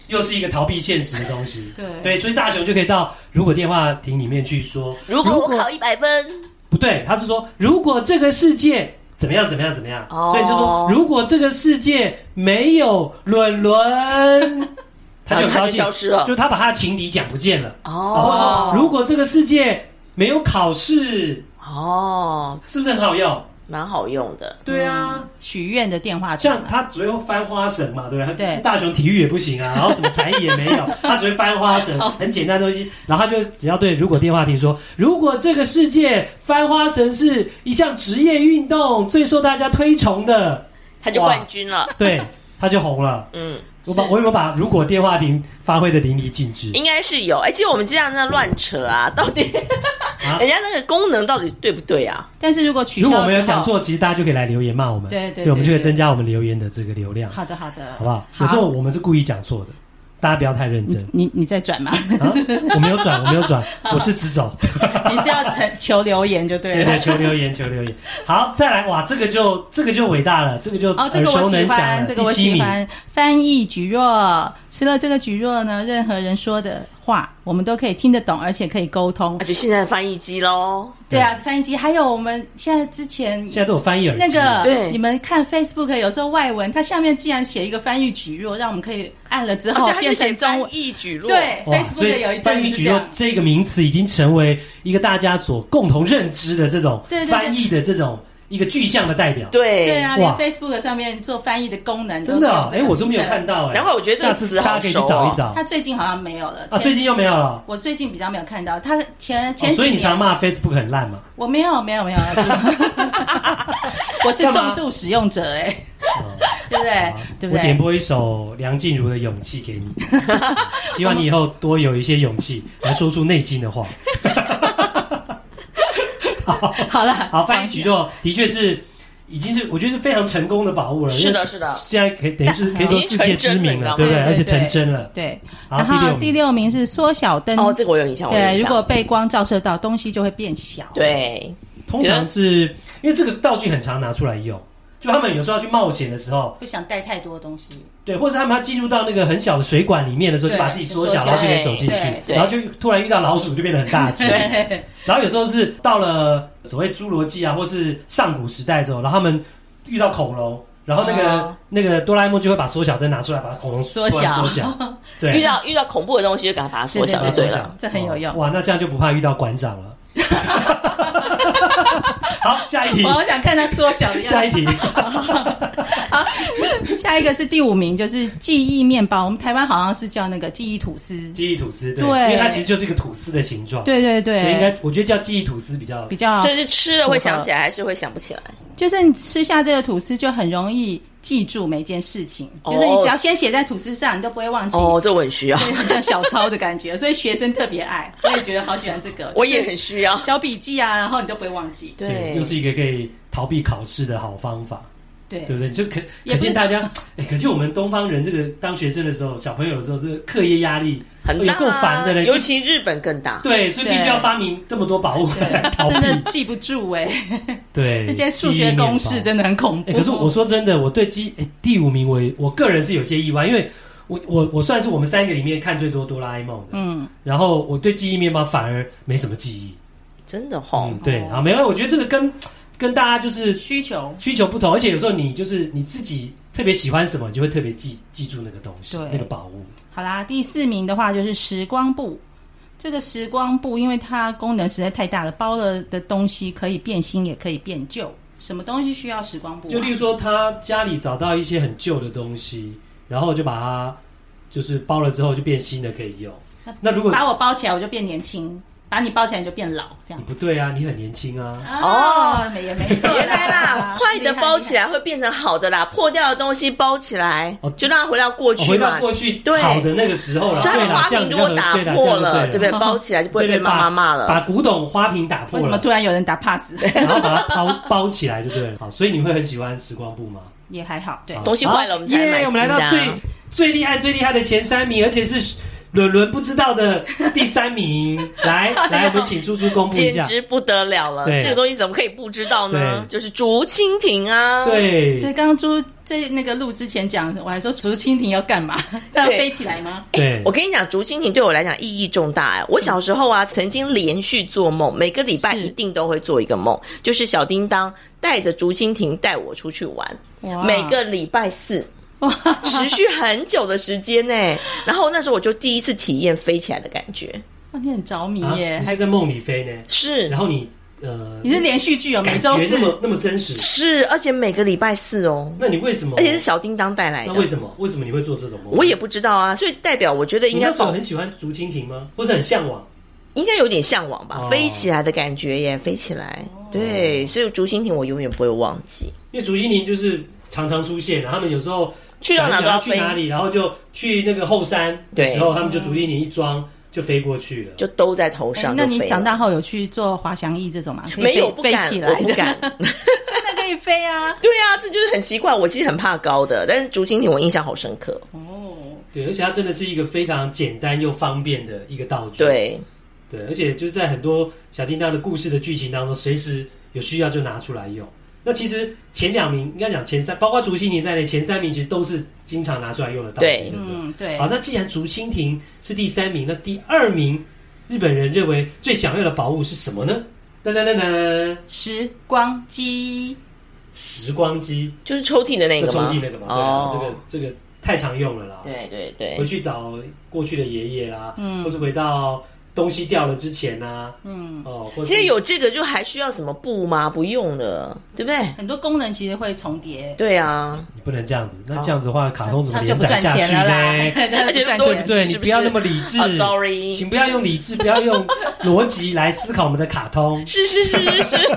Speaker 3: 又是一个逃避现实的 东西。
Speaker 2: 对
Speaker 3: 对，所以大雄就可以到如果电话亭里面去说，
Speaker 1: 如果我考一百分，
Speaker 3: 不对，他是说如果这个世界怎么样怎么样怎么样，
Speaker 1: 哦
Speaker 3: 所以就说如果这个世界没有 伦伦，他就很
Speaker 1: 他
Speaker 3: 高
Speaker 1: 就
Speaker 3: 兴，
Speaker 1: 消失了
Speaker 3: 就他把他的情敌讲不见了。哦，或者
Speaker 1: 哦
Speaker 3: 说如果这个世界没有考试，
Speaker 1: 哦，
Speaker 3: 是不是很好用？
Speaker 1: 蛮好用的。
Speaker 3: 对啊，
Speaker 2: 许愿的电话筒
Speaker 3: 像
Speaker 2: 啊，
Speaker 3: 他只会翻花绳嘛，对不对？
Speaker 2: 对
Speaker 3: 大雄体育也不行 啊，然后什么才艺也没有，他只会翻花绳，很简单的东西。然后他就只要对如果电话亭说，如果这个世界翻花绳是一项职业运动，最受大家推崇的，
Speaker 1: 他就冠军了。
Speaker 3: 对，他就红了。
Speaker 1: 嗯，
Speaker 3: 我把我有没有把如果电话亭发挥的淋漓尽致？
Speaker 1: 应该是有。哎、其实我们这样在乱扯啊，到底、
Speaker 3: 啊
Speaker 1: 人家那个功能到底对不对啊？
Speaker 2: 但是如果取
Speaker 3: 如
Speaker 2: 消
Speaker 3: 果我
Speaker 2: 的
Speaker 3: 们有
Speaker 2: 时
Speaker 3: 讲
Speaker 2: 候，
Speaker 3: 错，其实大家就可以来留言骂我们，
Speaker 2: 对对对
Speaker 3: 我们就可以
Speaker 2: 对
Speaker 3: 增加我们留言的这个流量，
Speaker 2: 好的好的，
Speaker 3: 好不好？有时候我们是故意讲错的，大家不要太认 真。
Speaker 2: 你你 再转嘛，
Speaker 3: 啊，我没有转，我没有转，我是直走。
Speaker 2: 你是要成求留言就对
Speaker 3: 对
Speaker 2: 了
Speaker 3: 对，。求留言，求留言。好，再来，哇，这个就这个就伟大了，这个就
Speaker 2: 哦，
Speaker 3: 耳
Speaker 2: 这个我
Speaker 3: 熟
Speaker 2: 喜
Speaker 3: 能详了。
Speaker 2: 欢，这个我
Speaker 3: 第七
Speaker 2: 喜
Speaker 3: 名，
Speaker 2: 欢。翻译举弱，吃了这个举弱呢，任何人说的话，我们都可以听得懂，而且可以沟通
Speaker 1: 啊那。就现在的翻译机喽。
Speaker 2: 对啊，翻译机，还有我们现在之前
Speaker 3: 现在都有翻译耳机。
Speaker 2: 那个，
Speaker 1: 对
Speaker 2: 你们看 Facebook 有时候外文，它下面竟然写一个翻译举弱，让我们可以按了之后
Speaker 1: 哦，对，他就
Speaker 2: 变
Speaker 1: 写
Speaker 2: 成中
Speaker 1: 中
Speaker 2: 文。
Speaker 1: 译举落，
Speaker 2: 对
Speaker 3: 哇，所
Speaker 2: ，Facebook
Speaker 3: 以
Speaker 2: 有一阵
Speaker 3: 翻译
Speaker 2: 子是
Speaker 3: 举
Speaker 2: 这
Speaker 3: 弱
Speaker 2: 样。
Speaker 3: 这个名词已经成为一个大家所共同认知的这种
Speaker 2: 对对对
Speaker 3: 翻译的这种一个具象的代表。
Speaker 1: 对
Speaker 2: 对啊，连
Speaker 3: 哇
Speaker 2: Facebook 上面做翻译的功能都
Speaker 3: 真
Speaker 2: 是
Speaker 3: 的
Speaker 2: 有
Speaker 3: 哦，
Speaker 2: 这
Speaker 3: 哎，
Speaker 2: 个
Speaker 3: 我都没有
Speaker 2: 名称
Speaker 3: 看。到哎。
Speaker 1: 难怪我觉得这个
Speaker 3: 下次
Speaker 1: 词
Speaker 3: 大
Speaker 1: 好
Speaker 3: 家可以去
Speaker 1: 熟
Speaker 3: 找一
Speaker 1: 哦。
Speaker 3: 找
Speaker 2: 它最近好像没有了
Speaker 3: 啊，最近又没有了。
Speaker 2: 我最近比较没有看到它。前
Speaker 3: 哦
Speaker 2: 前
Speaker 3: 所以
Speaker 2: 几
Speaker 3: 你常
Speaker 2: 年
Speaker 3: 骂 Facebook 很烂嘛？
Speaker 2: 我没有没有没有， 我是重度使用者哎，
Speaker 3: 哦
Speaker 2: 对不对
Speaker 3: 好？
Speaker 2: 对不
Speaker 3: 我啊点
Speaker 2: 对？
Speaker 3: 播一首梁静茹的《勇气》给 你，希望你以后多有一些勇气来说出内心的话。
Speaker 2: 好了，
Speaker 3: 好，翻译举弱的确是已经是我觉得是非常成功的把握了。
Speaker 1: 是
Speaker 3: 因
Speaker 1: 的，
Speaker 3: 为
Speaker 1: 是的，
Speaker 3: 现在可以等于是可以说世界知名了，
Speaker 1: 已经成真了
Speaker 3: 对不对？
Speaker 2: 对对
Speaker 3: 而且成真了。
Speaker 2: 对，
Speaker 3: 好
Speaker 2: 然后
Speaker 3: 第
Speaker 2: 第
Speaker 3: 六
Speaker 2: 六名是缩小灯
Speaker 1: 哦，这个我有印象，我有印
Speaker 2: 对，
Speaker 1: 象
Speaker 2: 如果被光照射到，东西就会变小。，
Speaker 1: 对
Speaker 3: 名，通常是因为这个道具很常拿出来用，就他们有时候要去冒险的时候，
Speaker 2: 不想带太多东西。
Speaker 3: 对，或者他们要进入到那个很小的水管里面的时候，就
Speaker 2: 对
Speaker 3: 把自己缩
Speaker 2: 就
Speaker 3: 小，
Speaker 2: 缩小
Speaker 3: 然后就可以走进
Speaker 2: 对
Speaker 3: 去，
Speaker 1: 对
Speaker 3: 然后就突然遇到老鼠就变得很大只。
Speaker 2: 对，
Speaker 3: 然后有时候是到了所谓侏罗纪啊，或是上古时代之后，然后他们遇到恐龙，然后那个、
Speaker 1: 哦
Speaker 3: 那个哆啦 A 梦就会把缩小灯拿出来，把恐龙
Speaker 2: 缩
Speaker 3: 突然
Speaker 2: 小
Speaker 3: 缩小，
Speaker 1: 遇
Speaker 3: 对，
Speaker 1: 到遇到恐怖的东西就赶快把它缩小
Speaker 3: 把它
Speaker 1: 就
Speaker 3: 缩
Speaker 1: 对
Speaker 3: 小
Speaker 1: 了。
Speaker 2: 这很有用
Speaker 3: 哦哇，那这样就不怕遇到馆长 了。好，下一题
Speaker 2: 我，好想看它缩小的样子。
Speaker 3: 下一 题，
Speaker 2: 好，下一个是第五名，就是记忆面包。我们台湾好像是叫那个记忆吐司。
Speaker 3: 记忆吐司，对，
Speaker 2: 对
Speaker 3: 因为它其实就是一个吐司的形状，，
Speaker 2: 对对
Speaker 3: 所以应
Speaker 2: 对，
Speaker 3: 该我觉得叫记忆吐司比较
Speaker 2: 比较
Speaker 1: 所以是吃了会想起来，还是会想不起来？
Speaker 2: 就是你吃下这个吐司，就很容易记住每一件事情。
Speaker 1: 哦
Speaker 2: 就是你只要先写在吐司上，你都不会忘记。
Speaker 1: 哦，这我很需要，
Speaker 2: 所以很像小抄的感觉，所以学生特别爱。我也觉得好喜欢这个，
Speaker 1: 我也很需要。
Speaker 2: 小笔记啊，然后你都不会忘记。
Speaker 1: 对，
Speaker 3: 又是一个可以逃避考试的好方法。
Speaker 2: 对
Speaker 3: 对不对？就可
Speaker 2: 哎也
Speaker 3: 可
Speaker 2: 不
Speaker 3: 见大家，哎，可见我们东方人这个当学生的时候，小朋友的时候，这个课业压力
Speaker 1: 很
Speaker 3: 有
Speaker 1: 大、啊
Speaker 3: 够烦的嘞。
Speaker 1: 尤
Speaker 3: 就
Speaker 1: 其日本更大。
Speaker 3: 对，所以必须
Speaker 2: 对
Speaker 3: 要发明这么多宝物来逃避
Speaker 2: 真。的记不住哎、
Speaker 3: 对，
Speaker 2: 那些数学公式
Speaker 3: 的。
Speaker 2: 真的很恐怖。
Speaker 3: 哎，可是我说真的，我对记哎第五名我，我个人是有些意外，因为我我我算是我们三个里面看最多哆啦 A 梦的，
Speaker 2: 嗯，
Speaker 3: 然后我对记忆面包反而没什么记忆。
Speaker 1: 真的吼、
Speaker 3: 嗯，对，
Speaker 2: 哦
Speaker 3: 啊，没有，我觉得这个跟跟大家就是
Speaker 2: 需求
Speaker 3: 需求不同，而且有时候你就是你自己特别喜欢什么，你就会特别记记住那个东西
Speaker 2: 对，
Speaker 3: 那个宝物。
Speaker 2: 好啦，第四名的话就是时光布。这个时光布，因为它功能实在太大了，包了的东西可以变新，也可以变旧。什么东西需要时光布、啊？
Speaker 3: 就例如说，他家里找到一些很旧的东西，然后就把它就是包了之后就变新的可以用。那如果
Speaker 2: 把我包起来，我就变年轻；把你包起来，你就变老。这
Speaker 3: 你
Speaker 2: 样
Speaker 3: 不对啊，你很年轻啊，
Speaker 2: 哦，没也没错，
Speaker 1: 原来 啦，坏的包起
Speaker 2: 来。
Speaker 1: 来会变成好的啦，破掉的东西包起来，
Speaker 3: 哦
Speaker 1: 就让它回到过
Speaker 3: 哦
Speaker 1: 去
Speaker 3: 回
Speaker 1: 嘛。
Speaker 3: 到过去
Speaker 1: 对
Speaker 3: 好的那个时候了。
Speaker 1: 所以它
Speaker 3: 对
Speaker 1: 的
Speaker 3: 啦，
Speaker 1: 花
Speaker 3: 这样
Speaker 1: 瓶如
Speaker 3: 比较
Speaker 1: 果
Speaker 3: 合
Speaker 1: 打
Speaker 3: 对啦这
Speaker 1: 破
Speaker 3: 样
Speaker 1: 了，对不
Speaker 3: 就对
Speaker 1: 对？包起来就不会
Speaker 3: 对
Speaker 1: 被
Speaker 3: 对把
Speaker 1: 妈妈骂
Speaker 3: 把
Speaker 1: 了。
Speaker 3: 古董花瓶打破
Speaker 2: 为什么
Speaker 3: 了，
Speaker 2: 突然有人打 pass？
Speaker 3: 然后把它包包起来就对了。好，所以你会很喜欢时光布吗？
Speaker 2: 也还好，对
Speaker 3: 好，
Speaker 1: 东西坏了
Speaker 3: 好
Speaker 1: 我们才买
Speaker 3: 耶我们来
Speaker 1: 新的
Speaker 3: 到
Speaker 1: 啊
Speaker 3: 最最厉害、最厉害的前三名，而且是伦伦不知道 的第三名。来来，我们请猪猪公布一
Speaker 1: 简
Speaker 3: 下。
Speaker 1: 直不得了了！
Speaker 3: 对啊
Speaker 1: 这个东西怎么可以不知道呢
Speaker 3: 对？
Speaker 1: 就是竹蜻蜓啊，，
Speaker 3: 对
Speaker 2: 对，刚刚朱在那个录之前讲，我还说竹蜻蜓要干嘛？它要
Speaker 1: 对
Speaker 2: 飞起来吗？
Speaker 3: 对
Speaker 1: 我，跟你讲，竹蜻蜓对我来讲意义重大哎！我小时候啊，曾经连续做梦，每个礼拜
Speaker 2: 是
Speaker 1: 一定都会做一个梦，就是小叮当带着竹蜻蜓带我出去玩，
Speaker 2: 哇
Speaker 1: 每个礼拜四。
Speaker 2: 哇，
Speaker 1: 持续很久的时间呢、然后那时候我就第一次体验飞起来的感觉，
Speaker 2: 哦你很着迷
Speaker 3: 啊
Speaker 2: 耶，
Speaker 3: 你
Speaker 2: 还
Speaker 3: 是在梦里飞呢，
Speaker 1: 是
Speaker 3: 然后你呃，
Speaker 2: 你是连续剧哦，每
Speaker 3: 感
Speaker 2: 周
Speaker 3: 觉那
Speaker 2: 四
Speaker 3: 么那么真实，
Speaker 1: 是，而且每个礼拜四哦，
Speaker 3: 那你为什么？
Speaker 1: 而且是小叮当带来
Speaker 3: 那
Speaker 1: 的，
Speaker 3: 为什么？为什么你会做这种梦？
Speaker 1: 我也不知道啊，所以代表我觉得
Speaker 3: 你
Speaker 1: 应该
Speaker 3: 那时候
Speaker 1: 从
Speaker 3: 很喜欢竹蜻蜓吗？或者很向往？
Speaker 1: 应该有点向往吧，
Speaker 3: 哦
Speaker 1: 飞起来的感觉耶，飞起来，对，所以竹蜻蜓我永远不会忘记，
Speaker 3: 因为竹蜻蜓就是常常出现，然后他们有时候
Speaker 1: 去到哪
Speaker 3: 讲一
Speaker 1: 都
Speaker 3: 讲
Speaker 1: 要
Speaker 3: 要去
Speaker 1: 飞，
Speaker 3: 哪里，然后就去那个后山的
Speaker 1: 对
Speaker 3: 时候，他们就竹蜻蜓一装就飞过去了。
Speaker 1: 就都在头
Speaker 2: 哎
Speaker 1: 上就
Speaker 2: 那
Speaker 1: 飞了。
Speaker 2: 你长大后有去做滑翔翼这种吗？可以
Speaker 1: 没有
Speaker 2: 飞
Speaker 1: 不
Speaker 2: 飞
Speaker 1: 敢
Speaker 2: 起，
Speaker 1: 我
Speaker 2: 来
Speaker 1: 不
Speaker 2: 的，
Speaker 1: 敢。
Speaker 2: 真的可以飞啊！
Speaker 1: 对啊，这就是很奇怪，我其实很怕高的，但是竹蜻蜓我印象好深刻。
Speaker 2: 哦，
Speaker 3: 对，而且它真的是一个非常简单又方便的一个道具。
Speaker 1: 对，
Speaker 3: 对，而且就是在很多小叮当的故事的剧情当中，随时有需要就拿出来用。那其实前两名应该讲前三，包括竹蜻蜓在内，前三名其实都是经常拿出来用的道具。
Speaker 1: 对
Speaker 3: 对不对
Speaker 2: 嗯，对
Speaker 3: 好，，那既然竹蜻蜓是第三名，那第二名日本人认为最想要的宝物是什么呢？噔噔噔噔，
Speaker 2: 时光机，
Speaker 3: 时光机，
Speaker 1: 就是抽屉的那
Speaker 3: 就
Speaker 1: 个
Speaker 3: 抽
Speaker 1: 吗？哦
Speaker 3: 屉那个嘛，对啊，这个这个太常用了啦。
Speaker 1: 对对
Speaker 3: 回
Speaker 1: 对，
Speaker 3: 去找过去的爷爷啦，
Speaker 2: 嗯
Speaker 3: 或是回到东西掉了之前呐、
Speaker 2: 嗯，
Speaker 3: 哦，或是
Speaker 1: 其实有这个就还需要什么布吗？不用了，对不对？
Speaker 2: 很多功能其实会重叠，
Speaker 1: 对啊，
Speaker 3: 你不能这样子，那这样子的话，卡通怎么
Speaker 2: 它就
Speaker 3: 连
Speaker 2: 不
Speaker 3: 载
Speaker 2: 赚
Speaker 3: 下去
Speaker 2: 钱了 啦，
Speaker 3: 呢？
Speaker 2: 它就不赚
Speaker 1: 而且
Speaker 2: 钱
Speaker 1: 都。
Speaker 3: 对
Speaker 1: 是
Speaker 3: 你
Speaker 1: 不
Speaker 3: 不
Speaker 1: 是
Speaker 3: 要那么理智
Speaker 1: 啊，sorry
Speaker 3: 请不要用理智，不要用逻辑来思考我们的卡通。
Speaker 1: 是是是是是，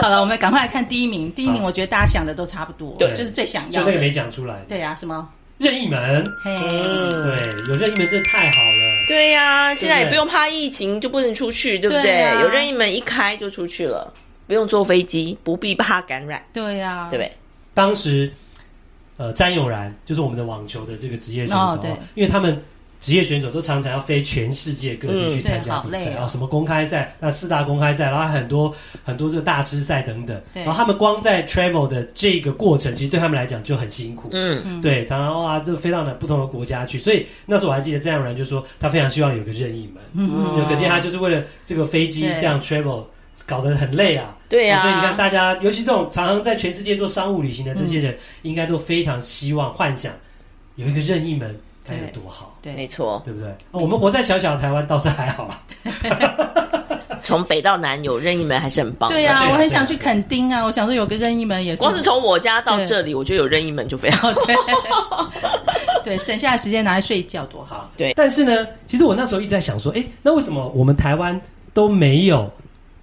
Speaker 2: 好了，我们赶快来看第一名。第一名，
Speaker 3: 好
Speaker 2: 我觉得大家想的都差不多，
Speaker 3: 对
Speaker 2: 就是最想
Speaker 3: 就
Speaker 2: 要
Speaker 3: 那个
Speaker 2: 的。
Speaker 3: 没讲出来，
Speaker 2: 对啊，什么？
Speaker 3: 任意门，
Speaker 2: 嘿，
Speaker 3: 对，
Speaker 1: 嗯，
Speaker 3: 有任意门真的太好了。
Speaker 1: 对呀、现在也
Speaker 3: 对
Speaker 1: 不用怕疫情就不能出去，对不对？
Speaker 2: 对啊
Speaker 1: 有任意门一开就出去了，不用坐飞机，不必怕感染，
Speaker 2: 对啊，
Speaker 1: 对不对？
Speaker 3: 当时，呃，詹永然就是我们的网球的这个职业选手，
Speaker 2: 哦对
Speaker 3: 因为他们职业选手都常常要飞全世界各地去参加比
Speaker 2: 嗯对好
Speaker 3: 赛，
Speaker 2: 累哦
Speaker 3: 然后什么公开赛，那四大公开赛，然后很多很多这个大师赛等等，
Speaker 2: 对
Speaker 3: 然后哦他们光在 travel 的这个过程，其实对他们来讲就很辛苦。
Speaker 1: 嗯，
Speaker 2: 嗯，
Speaker 3: 对，常常哇，这个飞到哪不同的国家去，所以那时候我还记得詹永然就说他非常希望有个任意门，
Speaker 2: 嗯，
Speaker 3: 就可见他就是为了这个飞机
Speaker 2: 对
Speaker 3: 这样 travel 搞得很累啊。
Speaker 1: 对呀、
Speaker 3: 哦所以你看，大家尤其这种常常在全世界做商务旅行的这
Speaker 2: 嗯
Speaker 3: 些人，应该都非常希望幻想有一个任意门，该有多好，
Speaker 1: 没
Speaker 2: 对，
Speaker 1: 错，
Speaker 3: 对不对？哦，我们活在小小的台湾倒是还好啦。
Speaker 1: 从北到南有任意门还是很棒的。
Speaker 2: 对
Speaker 3: 对
Speaker 2: 啊，
Speaker 3: 啊
Speaker 2: 我很想去垦丁啊，我想说有个任意门也是，
Speaker 1: 光是从我家到这里，我觉得有任意门就非常 好。
Speaker 2: 对，省下的时间拿来睡觉多好。
Speaker 1: 对
Speaker 3: 但是呢，其实我那时候一直在想说，哎，那为什么我们台湾都没有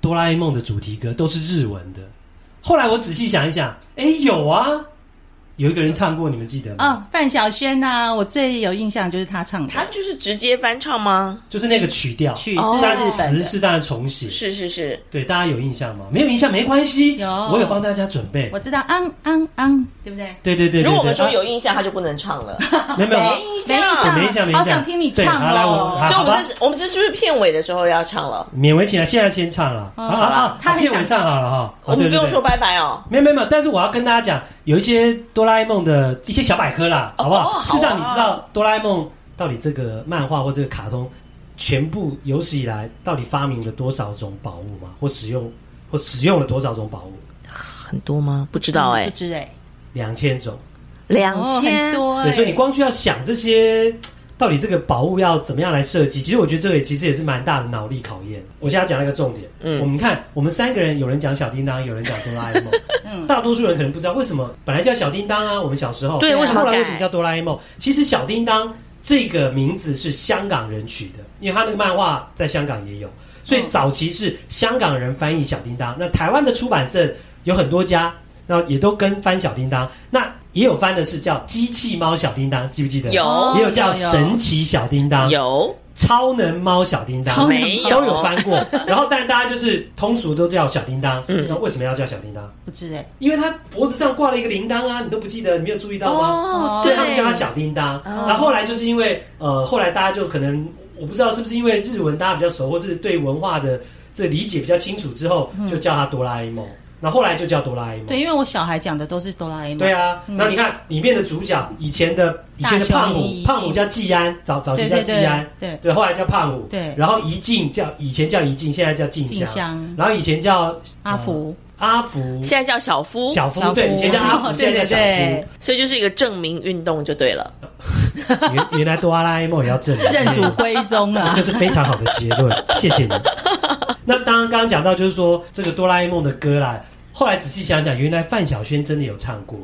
Speaker 3: 哆啦 A 梦的主题歌，都是日文的？后来我仔细想一想，哎，有啊，有一个人唱过，你们记得吗？
Speaker 2: 嗯，范晓萱呐，我最有印象就是她唱的，
Speaker 1: 他就是直接翻唱吗？
Speaker 3: 就是那个曲调，
Speaker 2: 曲
Speaker 1: 哦
Speaker 2: 是
Speaker 3: 但
Speaker 2: 日本
Speaker 3: 词
Speaker 2: 的，
Speaker 3: 是当然重写。
Speaker 1: 是是是，
Speaker 3: 对，大家有印象吗？没有印象没关系，
Speaker 2: 有
Speaker 3: 我有帮大家准备。
Speaker 2: 我知道，昂昂昂，对不对？
Speaker 3: 对对对对对
Speaker 1: 如果我们说有哎印象，他就不没唱 了。
Speaker 3: 啊没有没有，
Speaker 1: 印
Speaker 2: 没印象，
Speaker 3: 没印象没印象
Speaker 2: 好想听你
Speaker 3: 对
Speaker 2: 唱
Speaker 3: 好来我
Speaker 2: 哦。
Speaker 1: 所以我
Speaker 3: 好吧
Speaker 1: 们这是我们这是不是片尾的时候要唱了？
Speaker 3: 勉为其难，现在先唱了
Speaker 1: 哦
Speaker 3: 啊啊啊！
Speaker 2: 他
Speaker 3: 他
Speaker 2: 很
Speaker 3: 片尾
Speaker 2: 想
Speaker 3: 唱好了哈，
Speaker 1: 我们
Speaker 3: 哦对
Speaker 1: 不
Speaker 3: 对
Speaker 1: 用说
Speaker 3: 对，
Speaker 1: 拜拜哦。
Speaker 3: 没有没有没有，但是我要跟大家讲，有一些哆啦 A 梦的一些小百科啦，
Speaker 1: 哦
Speaker 3: 好不
Speaker 1: 哦好
Speaker 3: 好？
Speaker 1: 啊
Speaker 3: 事实上，你知道哆啦 A 梦到底这个漫画或这个卡通，全部有史以来到底发明了多少种宝物吗？或使用或使用了多少种宝物？
Speaker 1: 很多吗？不知道哎、
Speaker 2: 不知哎，
Speaker 3: 两千种。
Speaker 1: 两
Speaker 2: 哦
Speaker 1: 千、
Speaker 2: 很多哎，
Speaker 3: 对，所以你光去要想这些，到底这个宝物要怎么样来设计，其实我觉得这个也其实也是蛮大的脑力考验。我现在讲了一个重点，
Speaker 1: 嗯
Speaker 3: 我们看我们三个人，有人讲小叮当，有人讲哆啦 A 梦，
Speaker 2: 嗯
Speaker 3: 大多数人可能不知道为什么本来叫小叮当啊，我们小时候，
Speaker 1: 对
Speaker 2: 为什么
Speaker 3: 后来
Speaker 1: 改
Speaker 3: 为什么叫哆啦 A 梦？其实小叮当这个名字是香港人取的，因为他那个漫画在香港也有，所以
Speaker 2: 嗯
Speaker 3: 早期是香港人翻译小叮当。那台湾的出版社有很多家，那也都跟翻小叮当，那也有翻的是叫机器猫小叮当，记不记得？
Speaker 1: 有
Speaker 3: 也有叫神
Speaker 2: 神
Speaker 3: 奇小叮当，
Speaker 1: 有
Speaker 3: 超能猫小叮当，
Speaker 1: 没有
Speaker 3: 都有翻 过。然后，但大家就是通俗都叫小叮当。
Speaker 1: 嗯
Speaker 3: 那为什么要叫小叮当？
Speaker 2: 不知哎，
Speaker 3: 因为他脖子上挂了一个铃铛啊，你都不记得，你没有注意到吗？
Speaker 2: 哦
Speaker 3: 所
Speaker 1: 对
Speaker 3: 以他们叫他小叮当。然后后来就是因为呃，后来大家就可能我不知道是不是因为日文大家比较熟，或是对文化的这个理解比较清楚之后，就叫他哆啦 A 梦。然后后来就叫哆啦 A 梦。
Speaker 2: 嗯对，因为我小孩讲的都是哆啦 A 梦，
Speaker 3: 对啊，
Speaker 2: 嗯
Speaker 3: 然后你看里面的主角，以前的以前的
Speaker 2: 大
Speaker 3: 胖
Speaker 2: 雄
Speaker 3: 虎
Speaker 2: 已，经
Speaker 3: 胖虎叫季安，早早期
Speaker 2: 对
Speaker 3: 叫
Speaker 2: 对
Speaker 3: 季
Speaker 2: 对
Speaker 3: 安，
Speaker 2: 对，
Speaker 3: 对，后来叫胖虎，
Speaker 2: 对
Speaker 3: 然后怡静叫以前叫怡静，现在叫静
Speaker 2: 静
Speaker 3: 香，
Speaker 2: 香、
Speaker 3: 然后以前叫呃
Speaker 2: 阿福、
Speaker 3: 阿福，
Speaker 1: 现在叫小夫，
Speaker 3: 小夫，
Speaker 2: 小夫
Speaker 3: 对，以前叫阿福，
Speaker 2: 对
Speaker 3: 现
Speaker 2: 对
Speaker 3: 在叫
Speaker 2: 对
Speaker 3: 小，
Speaker 1: 所以就是一个证明运动就对了。
Speaker 3: 夫。原原来哆啦 A 梦也要正名
Speaker 2: 认祖归宗啊了
Speaker 3: 这。是非常好的结论， 谢谢你。那当然，刚刚讲到就是说这个哆啦 A 梦的歌啦，后来仔细想想，原来范晓萱真的有唱过，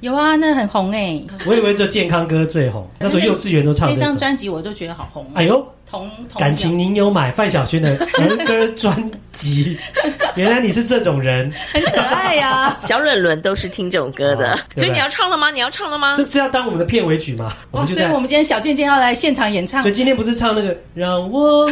Speaker 2: 有啊，那很红哎，
Speaker 3: 我以为只有健康歌最红，那时候幼稚园都唱
Speaker 2: 嗯那
Speaker 3: 这
Speaker 2: 张
Speaker 3: 首。
Speaker 2: 专辑我都觉得好红。
Speaker 3: 哎呦，
Speaker 2: 同同
Speaker 3: 感情您有买范晓萱的儿歌专 辑，原来你是这种人，
Speaker 2: 很可爱 呀。
Speaker 1: 小冷轮都是听这种歌的
Speaker 3: 哦，对不对
Speaker 1: 所以你要唱了吗？你要唱了吗
Speaker 3: 这？是要当我们的片尾曲吗？我
Speaker 2: 哇，
Speaker 3: 们就
Speaker 2: 啊哦所以
Speaker 3: 在
Speaker 2: 我，们今天小健健要来现场演唱
Speaker 3: 所以，今天不是唱那个让我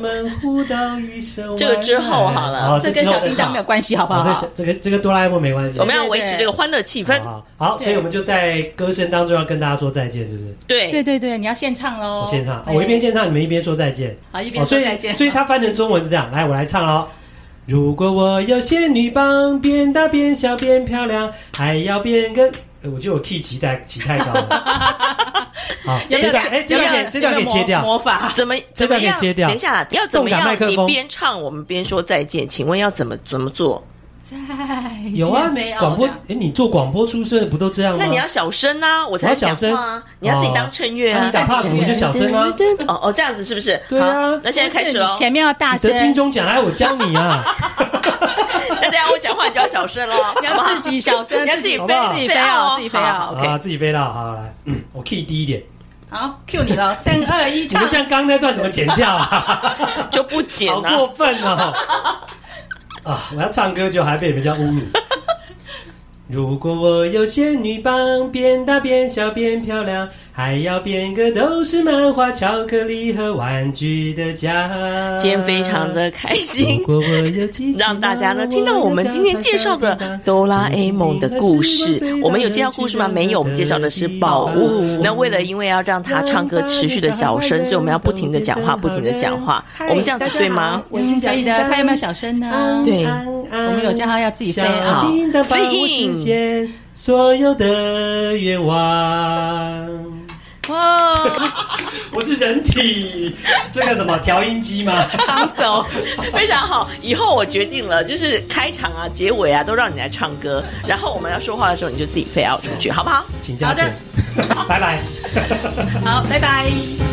Speaker 3: 们互道一声晚安，
Speaker 1: 这个之后好了
Speaker 3: 哦
Speaker 2: 这跟
Speaker 3: 之后
Speaker 2: 小
Speaker 3: 再
Speaker 2: 叮当
Speaker 3: 唱
Speaker 2: 没有关系，好不
Speaker 3: 哦
Speaker 2: 好？
Speaker 3: 这这个这个哆啦 A 梦没关系，
Speaker 1: 我们要维持这个欢乐气氛。
Speaker 3: 好好好，
Speaker 2: 对
Speaker 3: 所以我们就在歌声当中要跟大家说再见，是不是？
Speaker 1: 对
Speaker 2: 对对对，你要现唱喽
Speaker 3: 我，先唱，
Speaker 2: 哎
Speaker 3: 我一边哦现唱，你们一边说再见。
Speaker 2: 好一
Speaker 3: 哦
Speaker 2: 边
Speaker 3: 所
Speaker 2: 说
Speaker 3: 以
Speaker 2: 再见。
Speaker 3: 所 以它翻成中文是这样，来，我来唱喽。如果我有仙女棒，变大变小变漂亮，还要变个……呃我觉得我 key 级太级太高了。啊，
Speaker 1: 有
Speaker 3: 这
Speaker 1: 没有
Speaker 3: 段哎，这
Speaker 1: 有
Speaker 3: 段
Speaker 1: 没有
Speaker 3: 给这段给切掉。
Speaker 2: 魔法
Speaker 1: 怎么怎
Speaker 3: 这
Speaker 1: 么
Speaker 3: 段
Speaker 1: 样
Speaker 3: 给？切掉
Speaker 1: 等一下，要怎么
Speaker 3: 动感麦
Speaker 1: 样？
Speaker 3: 克
Speaker 1: 你
Speaker 3: 风
Speaker 1: 边唱我们边说再见，请问要怎么怎么做？
Speaker 2: 在
Speaker 3: 有啊
Speaker 2: 没，
Speaker 3: 广播哎，你做广播出身的不都这样吗？
Speaker 1: 那你要小声啊，我才
Speaker 3: 我要
Speaker 1: 讲
Speaker 3: 小声
Speaker 1: 话啊，你要自己当衬乐
Speaker 3: 那
Speaker 1: 啊
Speaker 3: 你。想怕什么就小声啊。
Speaker 1: 哦哦，这样子是不是？
Speaker 3: 对啊
Speaker 1: 好那现在开始喽。
Speaker 2: 前面要大
Speaker 3: 你
Speaker 2: 声
Speaker 3: 得，金钟奖，来我教你啊。
Speaker 1: 那等一下我讲话你就要小声喽，
Speaker 2: 你要自己小声，
Speaker 1: 你要自己
Speaker 2: 自
Speaker 1: 飞
Speaker 2: 己非要，自己非
Speaker 1: 好
Speaker 2: 要。
Speaker 1: OK
Speaker 3: 啊，自己飞到好来，嗯，我 key 低一点。
Speaker 2: 好，Q 你了，三二 一，
Speaker 3: 你
Speaker 2: 唱
Speaker 3: 们。这样刚刚那段怎么剪掉啊？
Speaker 1: 就不剪
Speaker 3: 好
Speaker 1: 啊。
Speaker 3: 过分哦！啊，我要唱歌就还被你们这样污名。如果我有仙女棒，变大变小变漂亮，还要变个都是漫画、巧克力和玩具的家。
Speaker 1: 今天非常的开心
Speaker 3: 如。果我有机器
Speaker 1: 让大家呢
Speaker 3: 猫
Speaker 1: 听到我们今天介绍的哆啦 A 梦的故事。我们有介绍故事吗？没有，我们介绍的是宝物。那为了因为要让他唱歌持续的小声，所以我们要不停的讲话，不停的讲话。我们这样子对吗？
Speaker 2: 我是可以的，他有没有小
Speaker 3: 嗯
Speaker 2: 声呢？
Speaker 1: 对
Speaker 2: 我
Speaker 3: 我
Speaker 2: 们有叫他要自己飞
Speaker 1: 好
Speaker 2: 好。
Speaker 1: 飞印
Speaker 3: 现所有的愿望。
Speaker 2: 哇，
Speaker 3: 我是人体，这个什么调音机 吗？
Speaker 1: 帮手非常好。以后我决定了，就是开场啊、结尾啊都让你来唱歌，然后我们要说话的时候你就自己非要出去，好不好？
Speaker 3: 请加钱，拜拜。
Speaker 2: 好，拜拜。